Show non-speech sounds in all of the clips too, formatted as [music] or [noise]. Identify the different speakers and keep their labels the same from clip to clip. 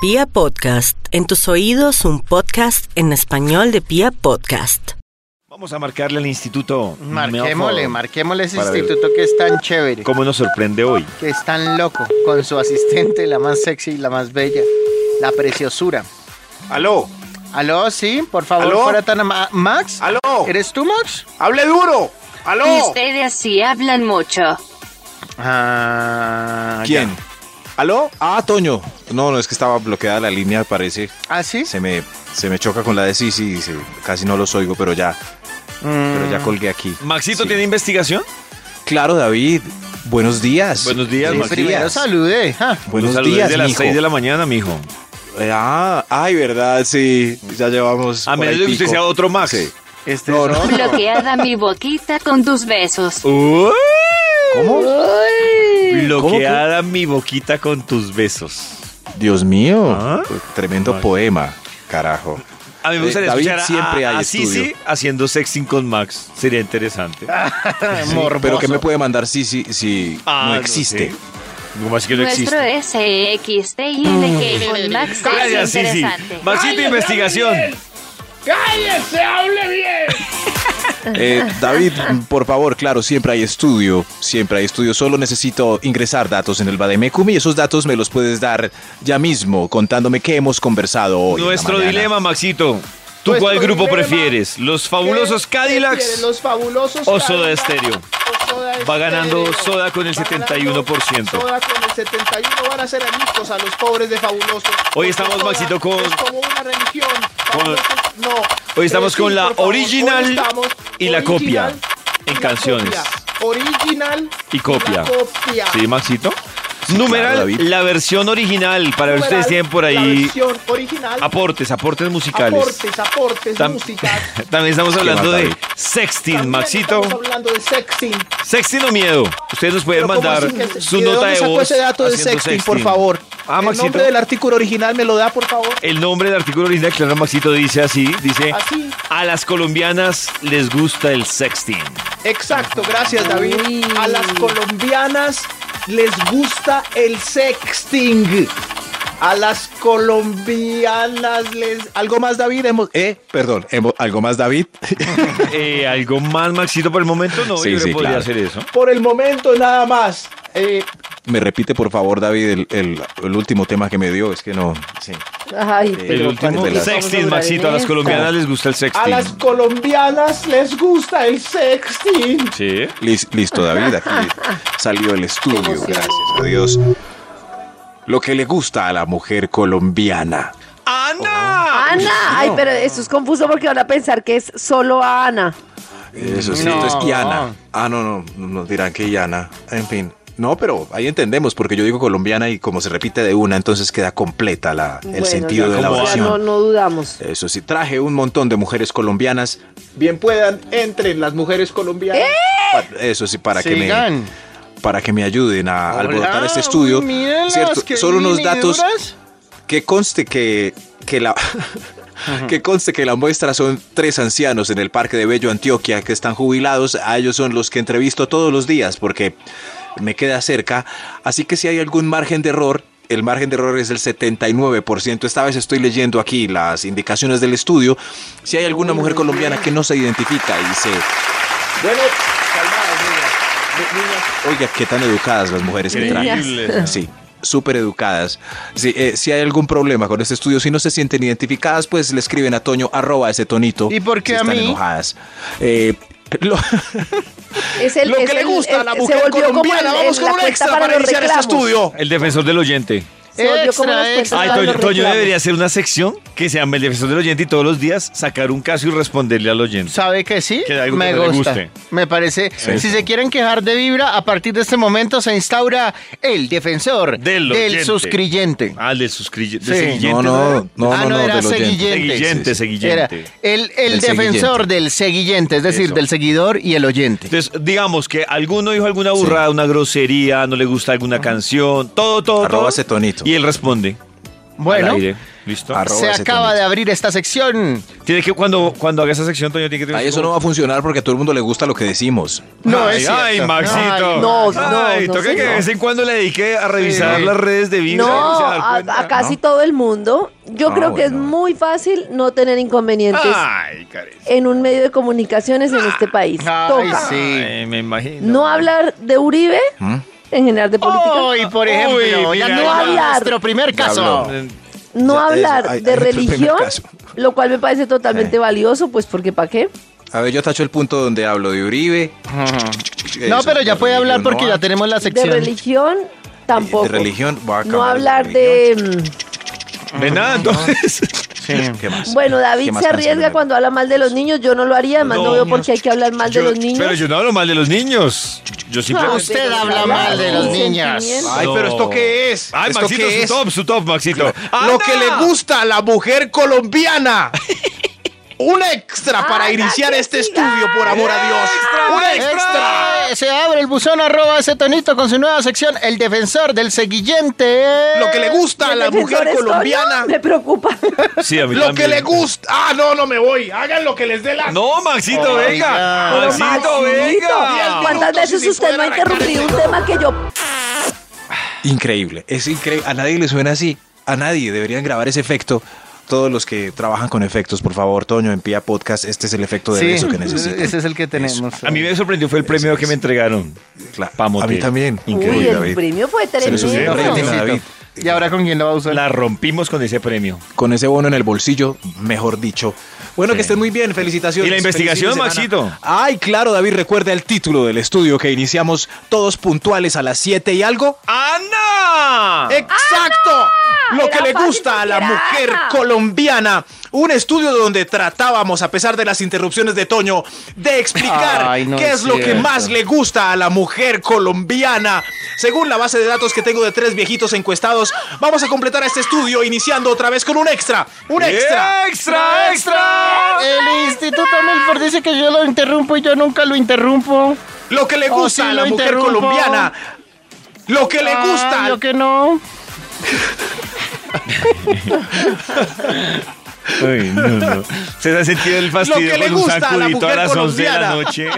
Speaker 1: Pia Podcast, en tus oídos un podcast en español de Pia Podcast.
Speaker 2: Vamos a marcarle al instituto.
Speaker 3: Marquémosle,
Speaker 2: Milford,
Speaker 3: marquémosle ese
Speaker 2: para ver
Speaker 3: instituto que es tan chévere,
Speaker 2: ¿Cómo nos sorprende hoy?
Speaker 3: que es tan loco, con su asistente, la más sexy y la más bella, la preciosura.
Speaker 2: ¡Aló!
Speaker 3: Aló, sí, por favor,
Speaker 2: ¿Aló?
Speaker 3: fuera tan ama- Max.
Speaker 2: ¡Aló!
Speaker 3: ¿Eres tú, Max?
Speaker 2: ¡Hable duro! ¡Aló!
Speaker 4: Ustedes sí hablan mucho.
Speaker 3: Ah,
Speaker 2: ¿Quién?
Speaker 3: ya.
Speaker 2: ¿Aló?
Speaker 5: Ah, Toño. No, no, es que estaba bloqueada la línea, parece.
Speaker 3: ¿Ah, sí?
Speaker 5: Se me, se me choca con la de sí, sí, sí. Casi no los oigo, pero ya,
Speaker 3: Mm,
Speaker 5: pero
Speaker 2: Mm.
Speaker 5: ya colgué aquí.
Speaker 2: ¿Maxito
Speaker 5: Sí.
Speaker 2: tiene investigación?
Speaker 5: Claro, David. Buenos días.
Speaker 2: Buenos días,
Speaker 3: Sí,
Speaker 2: Maxito.
Speaker 3: primero Ah, saludé. ja.
Speaker 5: Buenos
Speaker 2: Los saludé
Speaker 5: días,
Speaker 2: de las
Speaker 5: mijo.
Speaker 2: 6 de la mañana, mijo.
Speaker 5: Eh, Ah, ay, verdad, sí. Ya llevamos.
Speaker 2: A
Speaker 5: por ahí
Speaker 2: menos de que usted
Speaker 5: pico.
Speaker 2: sea otro Max.
Speaker 5: Sí.
Speaker 3: Este
Speaker 5: No,
Speaker 3: es
Speaker 5: no.
Speaker 3: otro.
Speaker 4: Bloqueada mi boquita con tus besos.
Speaker 2: ¡Uy!
Speaker 5: ¿Cómo?
Speaker 2: Bloqueada mi boquita con tus besos.
Speaker 5: Dios mío.
Speaker 2: Ah.
Speaker 5: Tremendo
Speaker 2: Ay.
Speaker 5: poema. Carajo.
Speaker 2: A mí me
Speaker 5: Eh,
Speaker 2: gustaría
Speaker 5: David,
Speaker 2: escuchar a-
Speaker 5: siempre
Speaker 2: a,
Speaker 5: hay
Speaker 2: a Sisi
Speaker 5: estudio.
Speaker 2: haciendo sexting con Max. Sería interesante.
Speaker 3: Ah.
Speaker 5: Sí,
Speaker 3: Morboso.
Speaker 5: pero ¿qué me puede mandar sí, sí, sí?
Speaker 2: Ah,
Speaker 5: no
Speaker 2: no
Speaker 5: existe.
Speaker 2: sé. No más que no existe.
Speaker 4: Nuestro E SXTINK con Max
Speaker 2: Gracias,
Speaker 4: es
Speaker 2: Sisi.
Speaker 4: interesante.
Speaker 2: Maxito, investigación.
Speaker 5: Eh, David, por favor, claro, siempre hay estudio, siempre hay estudio. Solo necesito ingresar datos en el Bademecum y esos datos me los puedes dar ya mismo, contándome qué hemos conversado hoy. en la
Speaker 2: Nuestro
Speaker 5: mañana.
Speaker 2: dilema, Maxito. ¿Tú
Speaker 3: Nuestro
Speaker 2: cuál grupo
Speaker 3: dilema.
Speaker 2: prefieres? ¿Los fabulosos Cadillacs
Speaker 3: Prefieren Los fabulosos
Speaker 2: o Soda
Speaker 3: Cadillacs
Speaker 2: Stereo?
Speaker 3: o Soda
Speaker 2: Va ganando
Speaker 3: Stereo.
Speaker 2: Soda con el
Speaker 3: Va ganando
Speaker 2: 71%.
Speaker 3: Soda con el 71 van a ser amigos a los pobres de fabulosos.
Speaker 2: Hoy estamos,
Speaker 3: Porque Soda
Speaker 2: Maxito, con-
Speaker 3: es como una religión. Fabulosos, no.
Speaker 2: Hoy estamos
Speaker 3: Eh,
Speaker 2: con
Speaker 3: sí,
Speaker 2: la
Speaker 3: por favor. Hoy
Speaker 2: original
Speaker 3: estamos
Speaker 2: y la copia
Speaker 3: original y
Speaker 2: en
Speaker 3: la
Speaker 2: canciones.
Speaker 3: copia. Original
Speaker 2: Y copia.
Speaker 3: la copia.
Speaker 2: Sí, Maxito.
Speaker 5: Sí,
Speaker 2: Numeral,
Speaker 5: claro, David.
Speaker 2: la versión original. Para ver si ustedes
Speaker 3: Numeral,
Speaker 2: tienen por
Speaker 3: La
Speaker 2: ahí
Speaker 3: versión original.
Speaker 2: aportes, aportes musicales.
Speaker 3: Aportes, aportes,
Speaker 2: Tam- [laughs]
Speaker 3: música.
Speaker 2: También estamos hablando
Speaker 5: más,
Speaker 2: de
Speaker 5: David?
Speaker 2: sexting,
Speaker 3: También
Speaker 2: Maxito.
Speaker 3: Estamos hablando de sexting.
Speaker 2: ¿Sexting o miedo? Ustedes nos pueden
Speaker 3: Pero ¿cómo
Speaker 2: mandar
Speaker 3: así que-
Speaker 2: su
Speaker 3: ¿y
Speaker 2: nota
Speaker 3: dónde
Speaker 2: de
Speaker 3: sacó
Speaker 2: voz.
Speaker 3: ese dato de
Speaker 2: haciendo
Speaker 3: sexting, por favor?
Speaker 2: Ah,
Speaker 3: el
Speaker 2: Maxito.
Speaker 3: nombre del artículo original me lo da, por favor.
Speaker 2: El nombre del artículo original, claro, Maxito, dice así, dice,
Speaker 3: Así.
Speaker 2: a las colombianas les gusta el sexting.
Speaker 3: Exacto, gracias David. A las colombianas les gusta el sexting. A las colombianas les... ¿Algo más, David? Hemos...
Speaker 5: Eh, perdón, hemo- ¿algo más, David? [laughs]
Speaker 2: Eh, ¿Algo más, Maxito, por el momento? No,
Speaker 5: Sí,
Speaker 2: yo creo que
Speaker 5: sí,
Speaker 2: podría
Speaker 5: claro.
Speaker 2: hacer eso.
Speaker 3: Por el momento, nada más. Eh,
Speaker 5: Me repite, por favor, David, el, el- el último tema que me dio. Es que no. Sí. Eh,
Speaker 6: Ay,
Speaker 2: El
Speaker 5: pues,
Speaker 6: pero
Speaker 2: último,
Speaker 5: ¿cuándo
Speaker 2: sexting, Maxito, a las colombianas les gusta el sexting.
Speaker 3: a las colombianas les gusta el sexting.
Speaker 2: Sí.
Speaker 5: Lis- listo, David, aquí salió el estudio. Gracias a Dios. Lo que le gusta a la mujer colombiana.
Speaker 2: ¡Ana!
Speaker 6: Ah.
Speaker 5: pues,
Speaker 6: Ana, ay, pero eso es confuso porque van a pensar que es solo a Ana.
Speaker 5: Eso sí,
Speaker 3: No.
Speaker 5: entonces Kiana. Ah, no, no, nos dirán que Yana. En fin. No, pero ahí entendemos, porque yo digo colombiana y como se repite de una, entonces queda completa la, el
Speaker 6: Bueno,
Speaker 5: sentido
Speaker 6: ya,
Speaker 5: de la
Speaker 6: o sea,
Speaker 5: oración.
Speaker 6: No, no dudamos.
Speaker 5: Eso sí, traje un montón de mujeres colombianas.
Speaker 3: Bien puedan, entren las mujeres colombianas.
Speaker 6: ¡Eh!
Speaker 5: pa- Eso sí, para que me,
Speaker 3: Sigan.
Speaker 5: para que me ayuden a
Speaker 3: Hola,
Speaker 5: alborotar este estudio.
Speaker 3: mírenlas,
Speaker 5: ¿Cierto?
Speaker 3: qué
Speaker 5: Solo unos datos
Speaker 3: miniaturas.
Speaker 5: que conste que, que la. Que conste que la muestra son tres ancianos en el Parque de Bello Antioquia que están jubilados. A ellos son los que entrevisto todos los días porque me queda cerca. Así que si hay algún margen de error, el margen de error es del 79%. Esta vez estoy leyendo aquí las indicaciones del estudio. Si hay alguna mujer colombiana que no se identifica y se...
Speaker 3: Bueno, calmados, niñas. Ni- niñas.
Speaker 5: Oiga, qué tan educadas las mujeres que traen.
Speaker 2: Increíble.
Speaker 5: Sí, súper educadas. Sí, eh, si hay algún problema con este estudio, si no se sienten identificadas, pues le escriben a Toño, arroba ese tonito.
Speaker 3: ¿Y por qué
Speaker 5: si
Speaker 3: a
Speaker 5: están
Speaker 3: mí?
Speaker 5: enojadas. Eh,
Speaker 7: [laughs]
Speaker 5: lo-
Speaker 6: Es el,
Speaker 5: lo
Speaker 6: es
Speaker 5: que le
Speaker 6: el-
Speaker 5: gusta a la
Speaker 6: el-
Speaker 5: mujer
Speaker 6: se volvió como
Speaker 5: colombiana.
Speaker 6: el- el-
Speaker 5: Vamos con
Speaker 6: la
Speaker 5: un
Speaker 6: cuenta
Speaker 5: extra
Speaker 6: para
Speaker 5: para
Speaker 6: los
Speaker 5: iniciar este
Speaker 6: reclamos.
Speaker 5: estudio.
Speaker 2: El defensor del oyente.
Speaker 6: Se volvió
Speaker 3: Extra,
Speaker 6: como las cuentas
Speaker 3: extra.
Speaker 2: Ay,
Speaker 6: para
Speaker 2: Toño,
Speaker 6: los
Speaker 2: Toño
Speaker 6: reclamos.
Speaker 2: debería hacer una sección que se llame el defensor del oyente y todos los días sacar un caso y responderle al oyente.
Speaker 3: ¿Sabe que sí?
Speaker 2: Que de algo
Speaker 3: me
Speaker 2: que no le
Speaker 3: gusta.
Speaker 2: guste.
Speaker 3: Me parece.
Speaker 5: Sí.
Speaker 3: Si se quieren quejar de Vibra, a partir de este momento se instaura el defensor
Speaker 2: Del oyente.
Speaker 3: suscriyente.
Speaker 2: Ah, el del suscriyente.
Speaker 3: Sí.
Speaker 5: No, no, no,
Speaker 3: ah,
Speaker 5: no,
Speaker 3: no,
Speaker 5: no,
Speaker 3: era
Speaker 5: del oyente.
Speaker 3: seguillente.
Speaker 2: Seguillente,
Speaker 3: Era
Speaker 2: seguillente.
Speaker 3: el,
Speaker 5: Del
Speaker 3: el defensor
Speaker 5: seguillente.
Speaker 3: del seguillente, es decir,
Speaker 2: Eso.
Speaker 3: del seguidor y el oyente.
Speaker 2: Entonces, digamos que alguno dijo alguna burrada, una grosería, no le gusta alguna canción, todo, todo,
Speaker 5: Arroba
Speaker 2: todo.
Speaker 5: ese tonito.
Speaker 2: Y él responde.
Speaker 3: Bueno,
Speaker 2: Al aire. ¿Listo?
Speaker 5: Arroba
Speaker 7: Se
Speaker 5: ese
Speaker 7: acaba
Speaker 5: Toñito.
Speaker 7: de abrir esta sección.
Speaker 2: Tiene que, cuando, cuando haga esa sección, Toño, tiene que tener...
Speaker 5: Ay, eso no va a funcionar porque a todo el mundo le gusta lo que decimos.
Speaker 7: No,
Speaker 2: ay,
Speaker 7: es
Speaker 2: ay,
Speaker 7: cierto.
Speaker 2: Maxito.
Speaker 6: Ay, no, no,
Speaker 2: Ay,
Speaker 6: no,
Speaker 2: toca que
Speaker 6: señor.
Speaker 2: de vez en cuando le dedique a revisar
Speaker 7: Sí.
Speaker 2: las redes de Vibra.
Speaker 6: No,
Speaker 2: y se va a dar
Speaker 6: a,
Speaker 2: cuenta.
Speaker 6: a casi todo el mundo. Yo
Speaker 5: Ah,
Speaker 6: creo que es
Speaker 5: bueno. Ah.
Speaker 6: muy fácil no tener inconvenientes
Speaker 2: Ay, Karen.
Speaker 6: en un medio de comunicaciones en este país.
Speaker 7: Ay,
Speaker 6: Toca
Speaker 7: sí.
Speaker 2: Ay, me imagino.
Speaker 6: no hablar de Uribe
Speaker 5: ¿Mm?
Speaker 6: en general de política.
Speaker 7: Hoy, por ejemplo,
Speaker 2: Uy,
Speaker 7: ya
Speaker 2: mira,
Speaker 7: no
Speaker 6: ya.
Speaker 7: habla
Speaker 6: Hablar.
Speaker 7: nuestro primer caso.
Speaker 2: Eh,
Speaker 6: no
Speaker 5: Ya,
Speaker 6: hablar
Speaker 5: eso, ahí-
Speaker 6: de
Speaker 5: ahí fue el primer
Speaker 6: religión,
Speaker 5: caso.
Speaker 6: lo cual me parece totalmente valioso, pues porque ¿para qué?
Speaker 5: A ver, yo tacho el punto donde hablo de Uribe.
Speaker 7: No, pero ya puede hablar porque ya
Speaker 5: tenemos
Speaker 7: tenemos la
Speaker 6: De
Speaker 7: sección.
Speaker 6: religión tampoco.
Speaker 5: De religión, voy a
Speaker 6: No
Speaker 5: acabar
Speaker 6: hablar
Speaker 5: religión.
Speaker 6: de... mm,
Speaker 2: De nada, entonces.
Speaker 5: ¿Qué más?
Speaker 6: Bueno,
Speaker 5: ¿Qué
Speaker 6: David
Speaker 5: más
Speaker 6: se
Speaker 5: canciones?
Speaker 6: arriesga cuando habla mal de los niños. Yo no lo haría, además no,
Speaker 2: No,
Speaker 6: veo por qué hay que hablar mal
Speaker 2: Yo-
Speaker 6: de los niños.
Speaker 2: Pero yo no hablo mal de los niños. Yo siempre.
Speaker 6: Ah,
Speaker 7: Usted
Speaker 6: pero
Speaker 7: habla
Speaker 6: hablar
Speaker 7: mal de
Speaker 6: de
Speaker 7: los
Speaker 6: sus
Speaker 7: niños. Ah,
Speaker 6: sentimientos.
Speaker 5: Ay, pero ¿esto qué es?
Speaker 2: Ay,
Speaker 5: ¿Esto
Speaker 2: Maxito,
Speaker 5: qué
Speaker 2: su
Speaker 5: es?
Speaker 2: top, su top, Maxito. Ah,
Speaker 3: Lo
Speaker 2: ¡Ana!
Speaker 3: que le gusta a la mujer [laughs] colombiana. Un extra para
Speaker 6: Ana,
Speaker 3: iniciar
Speaker 6: que
Speaker 3: este
Speaker 6: siga.
Speaker 3: estudio, por amor a Dios. Un extra.
Speaker 7: Extra. Se abre el buzón arroba ese tonito con su nueva sección, el defensor del seguillente.
Speaker 3: Lo que le gusta a
Speaker 6: ¿El
Speaker 3: la
Speaker 6: defensor
Speaker 3: mujer
Speaker 6: es Toño?
Speaker 3: colombiana.
Speaker 6: Me preocupa.
Speaker 2: Sí, a mí
Speaker 3: Lo
Speaker 2: también.
Speaker 3: que le gusta. Ah, no, no me voy. Hagan lo que les dé la.
Speaker 2: No, Maxito,
Speaker 7: Oiga.
Speaker 2: venga.
Speaker 7: Pero
Speaker 2: Maxito,
Speaker 6: Maxito,
Speaker 2: venga.
Speaker 6: ¿Cuántas
Speaker 3: minutos y
Speaker 6: veces
Speaker 3: si
Speaker 6: usted no ha
Speaker 3: pudiera
Speaker 6: interrumpido un
Speaker 3: arrancar
Speaker 6: tema que yo...
Speaker 5: Increíble, es increíble. A nadie le suena así. A nadie deberían grabar ese efecto. Todos los que trabajan con efectos, por favor, Toño, en Pia Podcast, este es el efecto de eso que necesitan.
Speaker 7: ese es el que tenemos.
Speaker 2: A mí me sorprendió fue el premio que me entregaron.
Speaker 5: Claro.
Speaker 2: Pamote.
Speaker 5: A mí también.
Speaker 6: Uy,
Speaker 2: Increíble,
Speaker 6: el
Speaker 5: David.
Speaker 6: premio fue
Speaker 5: Se le subió el rating
Speaker 6: tremendo.
Speaker 5: a David.
Speaker 7: ¿Y ahora con quién lo va a usar?
Speaker 2: La rompimos con ese premio.
Speaker 5: Con ese bono en el bolsillo, mejor dicho. Bueno,
Speaker 2: Sí.
Speaker 5: que estén muy bien, felicitaciones.
Speaker 2: ¿Y la investigación,
Speaker 5: Feliz fin de semana.
Speaker 2: Maxito?
Speaker 5: Ay, claro, David, recuerda el título del estudio que iniciamos todos puntuales a las 7 y algo.
Speaker 6: Ah,
Speaker 2: ¡Ana!
Speaker 5: Exacto. Lo
Speaker 6: Era
Speaker 5: que le
Speaker 6: fácil
Speaker 5: gusta a la
Speaker 6: porque era
Speaker 5: mujer
Speaker 6: Ana.
Speaker 5: colombiana. Un estudio donde tratábamos, a pesar de las interrupciones de Toño, de explicar
Speaker 7: Ay, no
Speaker 5: qué
Speaker 7: es
Speaker 5: es, lo que
Speaker 7: cierto.
Speaker 5: más le gusta a la mujer colombiana. Según la base de datos que tengo de tres viejitos encuestados, vamos a completar este estudio iniciando otra vez con un extra. Un extra.
Speaker 2: ¡Extra, extra!
Speaker 7: El Instituto Milford dice que yo lo interrumpo y yo nunca lo interrumpo.
Speaker 5: Lo que le
Speaker 7: Oh,
Speaker 5: gusta
Speaker 7: sí,
Speaker 5: a la
Speaker 7: lo
Speaker 5: mujer
Speaker 7: interrumpo.
Speaker 5: colombiana. Lo que le gusta.
Speaker 7: Ah, Lo que no.
Speaker 2: Uy, no, no. Se ha sentido el fastidio
Speaker 5: Lo que le
Speaker 2: con un
Speaker 5: gusta a la
Speaker 2: sacudito a,
Speaker 5: mujer
Speaker 2: las 11 de la
Speaker 5: colombiana.
Speaker 2: noche.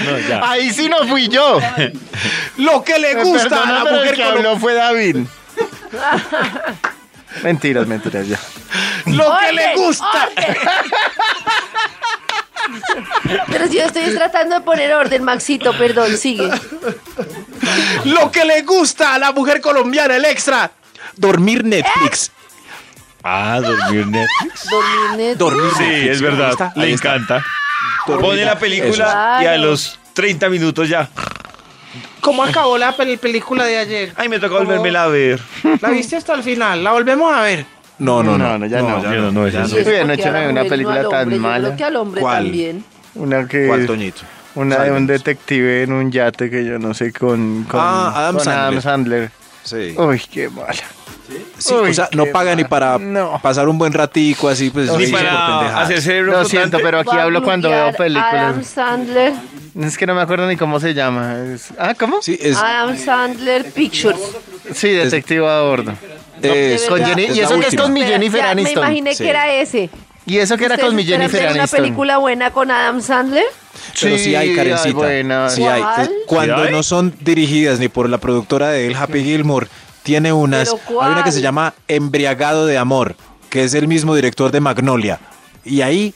Speaker 2: no, ya.
Speaker 7: Ahí sí no fui yo.
Speaker 5: Lo que le
Speaker 7: Me
Speaker 5: gusta
Speaker 7: perdona,
Speaker 5: a la
Speaker 7: pero el
Speaker 5: mujer
Speaker 7: Eh, que
Speaker 5: colombiana.
Speaker 7: habló fue David. [laughs] mentiras, mentiras ya.
Speaker 5: Lo que le
Speaker 6: Orden,
Speaker 5: gusta.
Speaker 6: orden. Pero si yo estoy tratando de poner orden, Maxito, perdón, sigue.
Speaker 5: Lo que le gusta a la mujer colombiana, el extra. Dormir Netflix.
Speaker 2: ¡Eh! Ah, dormir Netflix.
Speaker 6: Domine-
Speaker 5: Dormir
Speaker 2: Sí,
Speaker 5: Netflix.
Speaker 2: es
Speaker 5: Ahí
Speaker 2: verdad.
Speaker 5: está,
Speaker 2: Le
Speaker 5: ahí está.
Speaker 2: encanta.
Speaker 5: Dormir.
Speaker 2: Pone la película
Speaker 6: Eso.
Speaker 2: y a
Speaker 6: Claro.
Speaker 2: los 30 minutos ya.
Speaker 8: ¿Cómo acabó la pel- película de ayer?
Speaker 2: Ay, me tocó volvérmela a ver.
Speaker 8: ¿La viste hasta el final? La volvemos a ver.
Speaker 5: No, no, no.
Speaker 7: No, no, ya no.
Speaker 2: yo no, no, es
Speaker 6: Y
Speaker 2: eso.
Speaker 6: eso
Speaker 7: Uy,
Speaker 6: porque
Speaker 7: anoche
Speaker 6: a la
Speaker 7: me vi una
Speaker 6: mujer,
Speaker 7: película
Speaker 6: al
Speaker 7: tan
Speaker 6: hombre. Yo
Speaker 7: mala.
Speaker 6: creo que al hombre
Speaker 5: ¿Cuál?
Speaker 6: también.
Speaker 7: Una que
Speaker 5: ¿Cuál, Toñito?
Speaker 7: una de un
Speaker 5: Sálvenos.
Speaker 7: detective en un yate que yo no sé con, con,
Speaker 5: Ah, Adam
Speaker 7: con Adam Sandler.
Speaker 5: Sí.
Speaker 7: Uy, qué mala.
Speaker 5: Sí,
Speaker 7: Uy,
Speaker 5: o sea, no
Speaker 7: qué
Speaker 5: paga ni
Speaker 7: mal.
Speaker 5: para
Speaker 7: No.
Speaker 5: pasar un buen ratico así, pues.
Speaker 2: Ni
Speaker 5: reírse por
Speaker 2: para
Speaker 5: pendejadas.
Speaker 2: hacer cerebro
Speaker 7: Lo siento,
Speaker 2: flotante.
Speaker 7: pero aquí
Speaker 6: Va a
Speaker 7: hablo cuando veo
Speaker 6: bloquear Adam
Speaker 7: películas.
Speaker 6: Sandler,
Speaker 7: Es que no me acuerdo ni cómo se llama. Es- Ah, ¿cómo?
Speaker 5: Sí, es.
Speaker 6: Adam Sandler Pictures.
Speaker 7: Sí, detective a bordo.
Speaker 5: es-
Speaker 7: Con Jenny-
Speaker 5: es
Speaker 7: y
Speaker 5: la
Speaker 7: eso que es
Speaker 5: última.
Speaker 7: con mi Jennifer
Speaker 6: Espera, ya, Me
Speaker 7: Aniston.
Speaker 6: imaginé
Speaker 5: Sí.
Speaker 6: que era ese.
Speaker 7: Y eso que era
Speaker 6: ¿Ustedes
Speaker 7: con mi
Speaker 6: esperan
Speaker 7: Jennifer
Speaker 6: ver una
Speaker 7: Aniston.
Speaker 6: película buena con Adam Sandler?
Speaker 5: Pero sí, hay Karencita.
Speaker 7: ay, buena.
Speaker 5: Sí hay.
Speaker 6: ¿Cuál?
Speaker 5: Que Cuando
Speaker 2: ¿Sí hay?
Speaker 5: no son dirigidas ni por la productora de él, Happy Gilmore, tiene unas.
Speaker 6: ¿Pero
Speaker 5: Hay una que
Speaker 6: cuál?
Speaker 5: se llama Embriagado de Amor, que es el mismo director de Magnolia. Y ahí,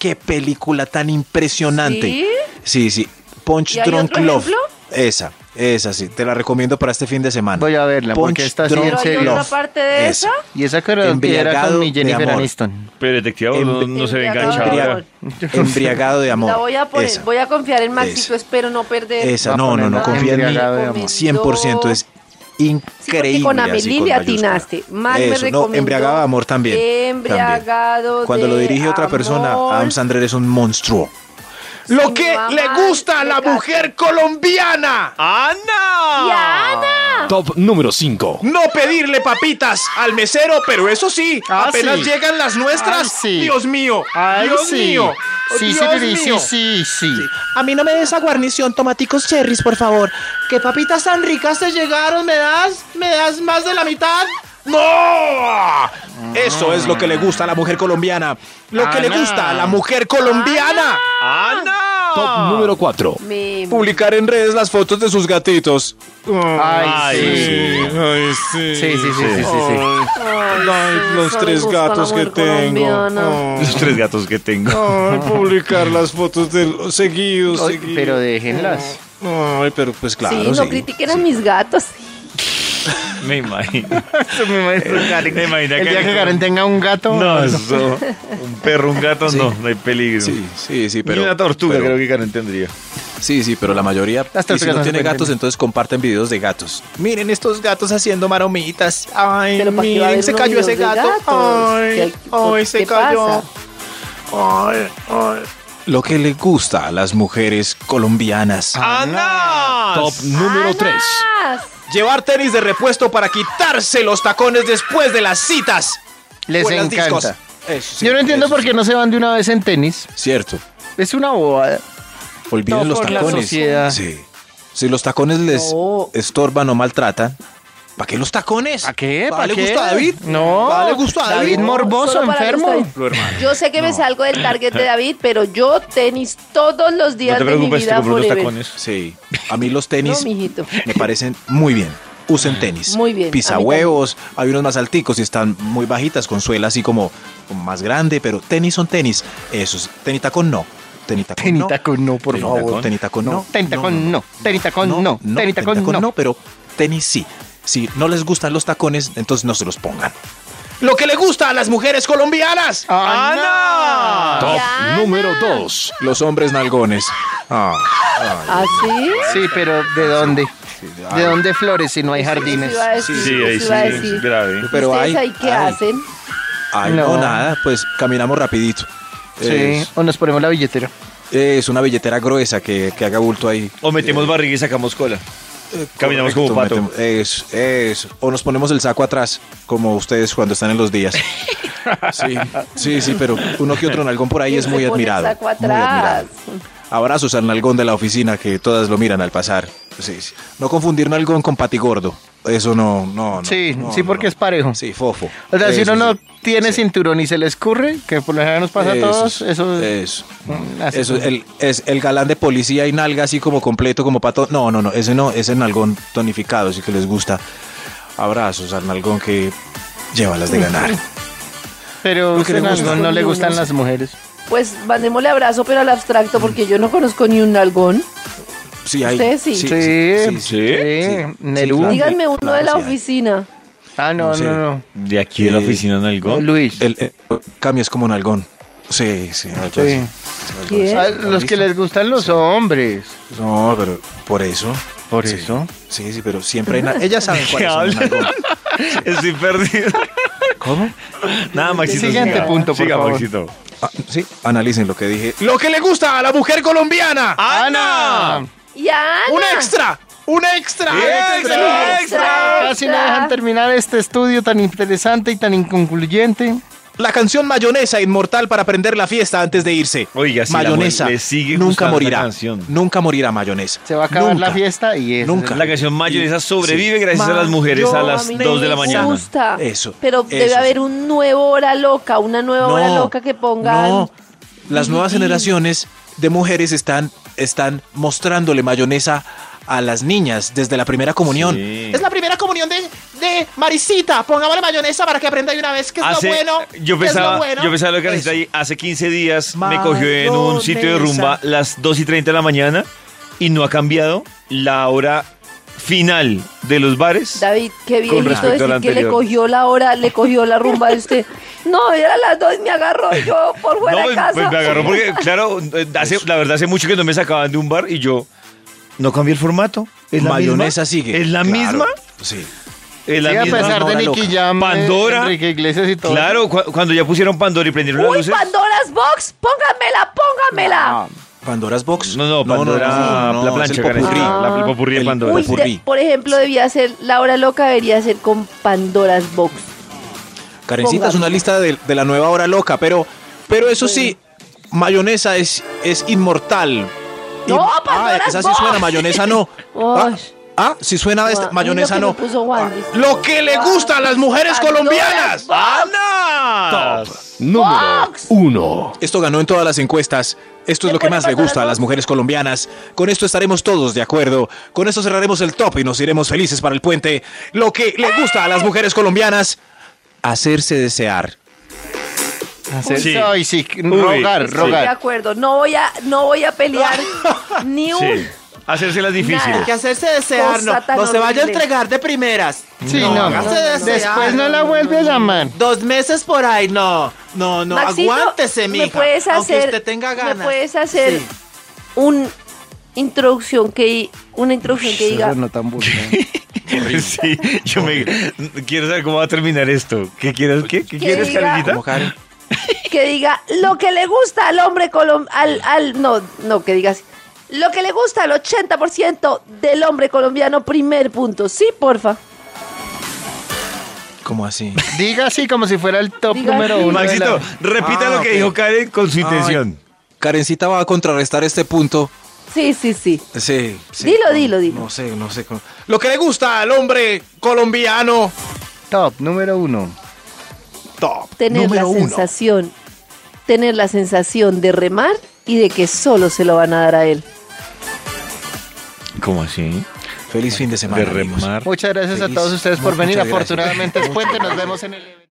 Speaker 5: qué película tan impresionante.
Speaker 6: ¿Sí?
Speaker 5: sí. sí. Punch
Speaker 6: ¿Y hay
Speaker 5: Drunk
Speaker 6: otro
Speaker 5: Love.
Speaker 6: ejemplo?
Speaker 5: Esa, esa sí. Te la recomiendo para este fin de semana.
Speaker 7: Voy a verla, porque esta sí, en
Speaker 5: Drunk
Speaker 7: serio.
Speaker 6: ¿Pero hay otra
Speaker 5: Love.
Speaker 6: parte de esa?
Speaker 7: Y esa que era que era
Speaker 5: Embriagado
Speaker 7: con mi
Speaker 5: de
Speaker 7: Jennifer
Speaker 5: amor.
Speaker 7: Aniston.
Speaker 2: Pero detective no- no,
Speaker 5: Em-
Speaker 2: se ve
Speaker 6: Embriagado
Speaker 2: enganchado.
Speaker 6: de
Speaker 5: Embriaga-
Speaker 2: ahora.
Speaker 6: amor.
Speaker 5: Embriagado de amor.
Speaker 6: La voy a poner,
Speaker 5: Esa.
Speaker 6: voy a confiar en Maxito,
Speaker 5: Esa.
Speaker 6: espero no perder.
Speaker 5: Esa,
Speaker 7: Va a
Speaker 5: no, no,
Speaker 7: poner
Speaker 5: no,
Speaker 7: la
Speaker 5: confía en mí.
Speaker 7: embriagado de amor.
Speaker 5: 100% es
Speaker 6: Sí, porque
Speaker 5: increíble.
Speaker 6: con
Speaker 5: así,
Speaker 6: Amelie le
Speaker 5: mayúscula.
Speaker 6: atinaste. Más me
Speaker 5: Eso,
Speaker 6: recomendó
Speaker 5: no, embriagado de amor también.
Speaker 6: Embriagado
Speaker 5: también. Cuando
Speaker 6: de
Speaker 5: lo dirige otra persona,
Speaker 6: amor.
Speaker 5: Adam Sandler es un monstruo.
Speaker 3: Lo
Speaker 6: Mi
Speaker 3: que
Speaker 6: mamá
Speaker 3: le gusta a la
Speaker 6: me casó.
Speaker 3: mujer colombiana.
Speaker 6: ¡Y a Ana!
Speaker 9: Top número 5.
Speaker 3: No pedirle papitas al mesero, pero eso sí,
Speaker 7: Ah,
Speaker 3: apenas
Speaker 7: sí.
Speaker 3: llegan las
Speaker 7: Ay,
Speaker 3: nuestras.
Speaker 7: sí.
Speaker 3: Dios mío.
Speaker 7: Ay,
Speaker 3: Dios
Speaker 7: sí.
Speaker 3: mío.
Speaker 7: Sí, sí,
Speaker 3: Dios
Speaker 7: sí,
Speaker 3: mío.
Speaker 7: sí, sí, sí.
Speaker 8: A mí no me des esa guarnición, tomaticos cherries, por favor. ¿Qué papitas tan ricas te llegaron? ¿Me das? ¿Me das más de la mitad?
Speaker 5: ¡No! Eso es lo que le gusta a la mujer colombiana. Lo que le
Speaker 7: Ana.
Speaker 5: gusta a la mujer colombiana.
Speaker 2: ¡Ana!
Speaker 5: Top número 4.
Speaker 6: Me-
Speaker 5: Publicar en redes las fotos de sus gatitos.
Speaker 2: Ay, sí.
Speaker 5: Ay, sí.
Speaker 7: Sí, sí, sí, sí, sí, sí.
Speaker 6: Ay, sí,
Speaker 5: los
Speaker 6: solo
Speaker 5: tres
Speaker 6: busco a la
Speaker 5: gatos
Speaker 6: mujer
Speaker 5: que tengo. Oh,
Speaker 6: colombiana.
Speaker 2: Los tres gatos que tengo.
Speaker 5: Ay, publicar las fotos de seguidos,
Speaker 7: Ay, Pero déjenlas.
Speaker 5: Ay, pero pues claro.
Speaker 6: sí, no critiquen a mis gatos.
Speaker 2: Me imagino.
Speaker 7: Eso me
Speaker 2: [laughs]
Speaker 7: imagino, Karen.
Speaker 2: Me imagino
Speaker 7: El
Speaker 2: que-
Speaker 7: día que Karen tenga un gato.
Speaker 2: No, eso. Un perro, un gato, no, no hay peligro.
Speaker 5: Sí, sí, sí, pero.
Speaker 2: Ni una tortuga
Speaker 5: pero-
Speaker 2: creo que Karen tendría.
Speaker 5: Sí, sí, pero la mayoría.
Speaker 7: Las
Speaker 5: y si
Speaker 7: tortugas
Speaker 5: no
Speaker 7: no se
Speaker 5: tiene
Speaker 7: pueden
Speaker 5: gatos,
Speaker 7: tener.
Speaker 5: entonces comparten videos de gatos. Miren estos gatos haciendo maromitas. Ay,
Speaker 6: Pero ¿para qué va
Speaker 5: miren,
Speaker 6: a haber
Speaker 5: Mm, se
Speaker 6: unos
Speaker 5: cayó ese
Speaker 6: videos de
Speaker 5: gato.
Speaker 6: gatos?
Speaker 5: Ay,
Speaker 6: ¿Qué-
Speaker 5: ay,
Speaker 6: qué
Speaker 5: se cayó.
Speaker 6: pasa?
Speaker 5: Ay, ay. Lo que le gusta a las mujeres colombianas.
Speaker 2: ¡Ana!
Speaker 7: Ah,
Speaker 5: Top número 3.
Speaker 6: ¡Anas!
Speaker 5: Llevar tenis de repuesto para quitarse los tacones después de las citas.
Speaker 7: Les
Speaker 5: o en las discos.
Speaker 7: encanta.
Speaker 5: Eso sí,
Speaker 7: Yo no entiendo
Speaker 5: eso
Speaker 7: por qué
Speaker 5: sí.
Speaker 7: no se van de una vez en tenis.
Speaker 5: Cierto.
Speaker 7: Es una bobada.
Speaker 5: Olviden
Speaker 7: No,
Speaker 5: los
Speaker 7: por la
Speaker 5: tacones.
Speaker 7: sociedad.
Speaker 5: Sí. Si los tacones les
Speaker 6: No.
Speaker 5: estorban o maltratan, ¿para qué los tacones?
Speaker 7: ¿A qué?
Speaker 5: ¿Para
Speaker 7: ¿Para
Speaker 5: le
Speaker 7: qué?
Speaker 5: gusta a David?
Speaker 7: No.
Speaker 5: ¿Para le gusta a David?
Speaker 7: David morboso,
Speaker 6: Solo para
Speaker 7: enfermo.
Speaker 6: los David. Yo sé que me salgo del target de David, pero yo tenis todos los
Speaker 2: No
Speaker 6: días
Speaker 2: te
Speaker 6: de mi
Speaker 2: preocupes, te
Speaker 6: vida
Speaker 2: compro unos
Speaker 6: forever.
Speaker 2: tacones.
Speaker 5: Sí. A mí los
Speaker 6: No,
Speaker 5: tenis
Speaker 6: mijito.
Speaker 5: me parecen muy bien. Usen tenis.
Speaker 6: Muy bien, a mí
Speaker 5: Pisahuevos, hay unos más alticos y están muy bajitas, con suela así como como más grande, pero tenis son tenis. Esos, tenitacón no. Tenitacón no.
Speaker 7: Tenitacón no, por
Speaker 5: Tenitacón,
Speaker 7: favor.
Speaker 5: Tenitacón no.
Speaker 7: Tenitacón no. Tenitacón no. Tenitacón no.
Speaker 5: pero tenis sí. Si no les gustan los tacones, entonces no se los pongan. Ah, Lo que le gusta a las mujeres colombianas.
Speaker 7: Ah, ¡Ana!
Speaker 6: Top Ana. número
Speaker 5: 2. Los hombres nalgones. Ah, ah,
Speaker 6: ¿Así?
Speaker 7: Sí, pero ¿de dónde? ¿De dónde flores si no hay jardines?
Speaker 2: Sí, sí, ahí sí, es grave.
Speaker 5: pero
Speaker 6: Pero
Speaker 5: hay-
Speaker 6: ¿Ustedes ahí qué
Speaker 5: hay.
Speaker 6: hacen?
Speaker 5: ay, no.
Speaker 7: No.
Speaker 5: nada, pues caminamos rapidito.
Speaker 7: Sí,
Speaker 5: Es,
Speaker 7: o nos ponemos la billetera.
Speaker 5: es una billetera gruesa que, que haga bulto ahí. Eh,
Speaker 2: O metemos barriga y sacamos cola. Caminamos
Speaker 5: Correcto,
Speaker 2: como pato.
Speaker 5: metemos- Eso, eso. O nos ponemos el saco atrás, como ustedes cuando están en los días.
Speaker 6: [laughs]
Speaker 5: Sí, sí, sí, pero uno que otro nalgón por ahí
Speaker 6: ¿Quién
Speaker 5: es
Speaker 6: se
Speaker 5: muy
Speaker 6: pone el
Speaker 5: admirado.
Speaker 6: saco
Speaker 5: muy
Speaker 6: atrás?
Speaker 5: admirado. Abrazos al nalgón de la oficina que todas lo miran al pasar. Sí, sí. No confundir nalgón con patigordo. Eso no, no, no.
Speaker 7: Sí,
Speaker 5: no,
Speaker 7: sí,
Speaker 5: no,
Speaker 7: porque
Speaker 5: no.
Speaker 7: es parejo.
Speaker 5: Sí, fofo.
Speaker 7: O sea, si
Speaker 5: Eso
Speaker 7: uno no
Speaker 5: sí.
Speaker 7: tiene
Speaker 5: Sí.
Speaker 7: cinturón y se le escurre, que por lo general nos pasa a todos, eso,
Speaker 5: Eso.
Speaker 7: Mm, así
Speaker 5: Eh, Eso,
Speaker 7: como-
Speaker 5: el, es el galán de policía y nalga así como completo, como pato. No, no, no, ese no, ese nalgón tonificado, así que les gusta. Abrazos al nalgón que lleva las de ganar.
Speaker 7: Pero a
Speaker 5: Lo que le
Speaker 7: usted
Speaker 5: gusta.
Speaker 7: no, no le
Speaker 6: Ninguno.
Speaker 7: gustan las mujeres.
Speaker 6: Pues mandémosle abrazo, pero al abstracto, porque yo no conozco ni un nalgón.
Speaker 5: Sí, hay.
Speaker 6: Ustedes sí.
Speaker 5: Sí,
Speaker 7: Sí,
Speaker 5: sí, sí,
Speaker 7: Nelú.
Speaker 5: claro.
Speaker 6: Díganme uno
Speaker 5: claro,
Speaker 6: de la
Speaker 5: sí hay.
Speaker 6: oficina.
Speaker 7: Ah, no,
Speaker 5: No sé.
Speaker 7: no,
Speaker 2: ¿De aquí de la
Speaker 5: Sí.
Speaker 2: oficina en algo? [laughs]
Speaker 7: no. Luis.
Speaker 5: El, el cambio es como nalgón. Sí, sí, algo
Speaker 7: Sí.
Speaker 5: así.
Speaker 6: ¿Quién?
Speaker 7: Ah, los que les gustan los hombres.
Speaker 5: No, pero por eso.
Speaker 7: Por
Speaker 5: Sí.
Speaker 7: eso.
Speaker 5: Sí, sí, pero siempre
Speaker 7: [laughs]
Speaker 5: hay. na- Ellas saben cuáles son los nalgón.
Speaker 2: Estoy perdido.
Speaker 5: ¿Cómo?
Speaker 2: Nada, Maxito.
Speaker 7: Siguiente
Speaker 2: siga.
Speaker 7: punto, por
Speaker 2: Siga,
Speaker 7: favor.
Speaker 2: Maxito.
Speaker 5: Ah, sí, analicen lo que dije. Lo que le gusta a la mujer colombiana.
Speaker 7: ¡Ana!
Speaker 6: Y a Ana.
Speaker 5: ¡Un extra! ¡Un extra!
Speaker 2: ¡Extra,
Speaker 6: extra!
Speaker 7: Casi me dejan terminar este estudio tan interesante y tan inconcluyente.
Speaker 5: La canción Mayonesa inmortal para prender la fiesta antes de irse.
Speaker 2: Oiga, si la
Speaker 5: Mayonesa
Speaker 2: mu- le sigue
Speaker 5: nunca
Speaker 2: gustando
Speaker 5: morirá.
Speaker 2: esa canción.
Speaker 5: Nunca morirá mayonesa.
Speaker 7: Se va a acabar
Speaker 5: Nunca.
Speaker 7: la fiesta y eso.
Speaker 5: Nunca.
Speaker 2: La canción Mayonesa sobrevive gracias a las
Speaker 5: Ma-
Speaker 2: mujeres a
Speaker 5: yo,
Speaker 2: las
Speaker 6: mí
Speaker 2: 2 de la
Speaker 6: me
Speaker 2: mañana.
Speaker 6: gusta.
Speaker 5: Eso,
Speaker 6: Pero
Speaker 5: eso
Speaker 6: debe
Speaker 5: sí.
Speaker 6: haber un nuevo hora loca, una nueva hora
Speaker 5: No,
Speaker 6: loca que pongan.
Speaker 5: No. Las nuevas
Speaker 6: Didi.
Speaker 5: generaciones de mujeres están, están mostrándole mayonesa a las niñas desde la primera comunión.
Speaker 2: Sí.
Speaker 8: Es la primera comunión de, de Marisita. Pongámosle mayonesa para que aprenda de una vez qué es
Speaker 2: Hace-
Speaker 8: lo bueno.
Speaker 2: yo
Speaker 8: qué es lo
Speaker 2: pensaba,
Speaker 8: bueno.
Speaker 2: yo pensaba lo que necesitaba ahí. hace 15 días me cogió en un sitio de rumba las 2 y 30 de la mañana y no ha cambiado la hora final de los bares.
Speaker 6: David, qué bien
Speaker 2: Con respecto a la
Speaker 6: decir que le
Speaker 2: anterior.
Speaker 6: cogió la hora, le cogió la rumba de usted. No, era las dos, me agarró yo por fuera
Speaker 2: no,
Speaker 6: de
Speaker 2: pues,
Speaker 6: casa.
Speaker 2: pues me agarró
Speaker 6: [laughs]
Speaker 2: porque, claro, eh, hace- la verdad hace mucho que no me sacaban de un bar y yo no cambié el formato. ¿Es la
Speaker 5: mayonesa
Speaker 2: misma?
Speaker 5: sigue.
Speaker 2: ¿Es la
Speaker 5: Claro.
Speaker 2: misma?
Speaker 5: Sí.
Speaker 2: ¿Es la
Speaker 7: Sí, a
Speaker 2: misma?
Speaker 7: pesar de
Speaker 5: hora
Speaker 7: Nicky
Speaker 5: loca.
Speaker 7: Jam, eh,
Speaker 2: Pandora.
Speaker 7: Enrique Iglesias y todo.
Speaker 2: Claro, cu- cuando ya pusieron Pandora y prendieron las
Speaker 6: Uy,
Speaker 2: luces.
Speaker 6: Pandora's Box, póngamela, póngamela.
Speaker 5: Pandora's Box.
Speaker 2: No, no, Pandora, la plancha,
Speaker 5: es el
Speaker 2: Karen,
Speaker 5: popurrí. Ah.
Speaker 2: la- la popurrí de
Speaker 5: El
Speaker 2: Pandora.
Speaker 6: Uy,
Speaker 5: popurrí.
Speaker 6: de- por ejemplo, debía ser, la hora loca debería ser con Pandora's Box.
Speaker 5: Ah, Karencita, es una lista de, de la nueva hora loca, pero, pero eso sí, mayonesa es, es inmortal.
Speaker 6: No,
Speaker 5: ah,
Speaker 6: Pandora's
Speaker 5: esa sí
Speaker 6: Box. [laughs]
Speaker 5: suena, mayonesa no.
Speaker 6: Uy.
Speaker 5: Ah, Ah, si suena
Speaker 6: Juan-
Speaker 5: best-
Speaker 6: Ay, lo
Speaker 5: mayonesa
Speaker 6: que me
Speaker 5: no. Ah,
Speaker 6: puso Juan, dice.
Speaker 5: Lo que le gusta a las mujeres
Speaker 6: Adiós.
Speaker 5: colombianas.
Speaker 2: ¡Ana!
Speaker 9: Número 1.
Speaker 5: Esto ganó en todas las encuestas. Esto es
Speaker 6: ¿Qué
Speaker 5: lo que
Speaker 6: puede
Speaker 5: más le
Speaker 6: pasar,
Speaker 5: gusta a
Speaker 6: no?
Speaker 5: las mujeres colombianas. Con esto estaremos todos de acuerdo. Con esto cerraremos el top y nos iremos felices para el puente. Lo que le gusta a las mujeres colombianas. Hacerse desear.
Speaker 7: Hacer-
Speaker 2: Sí.
Speaker 7: Ay, sí,
Speaker 2: Uy,
Speaker 7: rogar,
Speaker 2: sí.
Speaker 6: Estoy de
Speaker 7: rogar.
Speaker 6: acuerdo. No voy a, no voy a
Speaker 8: [laughs]
Speaker 6: pelear ni un.
Speaker 2: Sí. Hacérselas difíciles.
Speaker 8: Que hacerse desear, no.
Speaker 6: Cosa tan
Speaker 8: No se vaya a
Speaker 6: horrible.
Speaker 8: entregar de primeras.
Speaker 7: Sí, no.
Speaker 8: hágase desear.
Speaker 7: Después no la vuelve a llamar.
Speaker 8: Dos meses por ahí, no. No, no,
Speaker 6: Maxito,
Speaker 8: aguántese, mija.
Speaker 6: ¿Me puedes hacer,
Speaker 8: Aunque usted tenga ganas.
Speaker 6: ¿Me puedes hacer
Speaker 8: Sí.
Speaker 6: un introducción que una introducción que diga
Speaker 9: No tan vulgar.
Speaker 2: [laughs] Sí, yo me quiero saber cómo va a terminar esto. ¿Qué quieres? ¿Qué, qué quieres,
Speaker 6: diga-
Speaker 2: Karencita?
Speaker 6: que diga lo que le gusta al hombre colom al, al no no que digas lo que le gusta al 80% del hombre colombiano primer punto sí porfa
Speaker 5: ¿Cómo así?
Speaker 7: [laughs] Diga así como si fuera el top
Speaker 6: Diga
Speaker 7: número
Speaker 6: así.
Speaker 7: uno. de la-
Speaker 2: Maxito, repita
Speaker 5: Ah,
Speaker 2: lo que
Speaker 5: ok.
Speaker 2: dijo Karen con su intención.
Speaker 5: Karencita va a contrarrestar este punto.
Speaker 6: sí sí sí
Speaker 5: Sí, sí.
Speaker 6: Dilo,
Speaker 5: No,
Speaker 6: dilo, dilo.
Speaker 5: No sé, no sé. cómo- Lo que le gusta al hombre colombiano.
Speaker 7: Top número uno.
Speaker 5: Top.
Speaker 6: tener la
Speaker 5: número uno.
Speaker 6: sensación tener la sensación de remar y de que solo se lo van a dar a él
Speaker 2: ¿Cómo así?
Speaker 5: Feliz fin de semana. amigos.
Speaker 7: Muchas gracias a
Speaker 5: Feliz.
Speaker 7: todos ustedes por
Speaker 5: Muchas
Speaker 7: venir.
Speaker 5: gracias.
Speaker 7: Afortunadamente es puente. Nos vemos en el...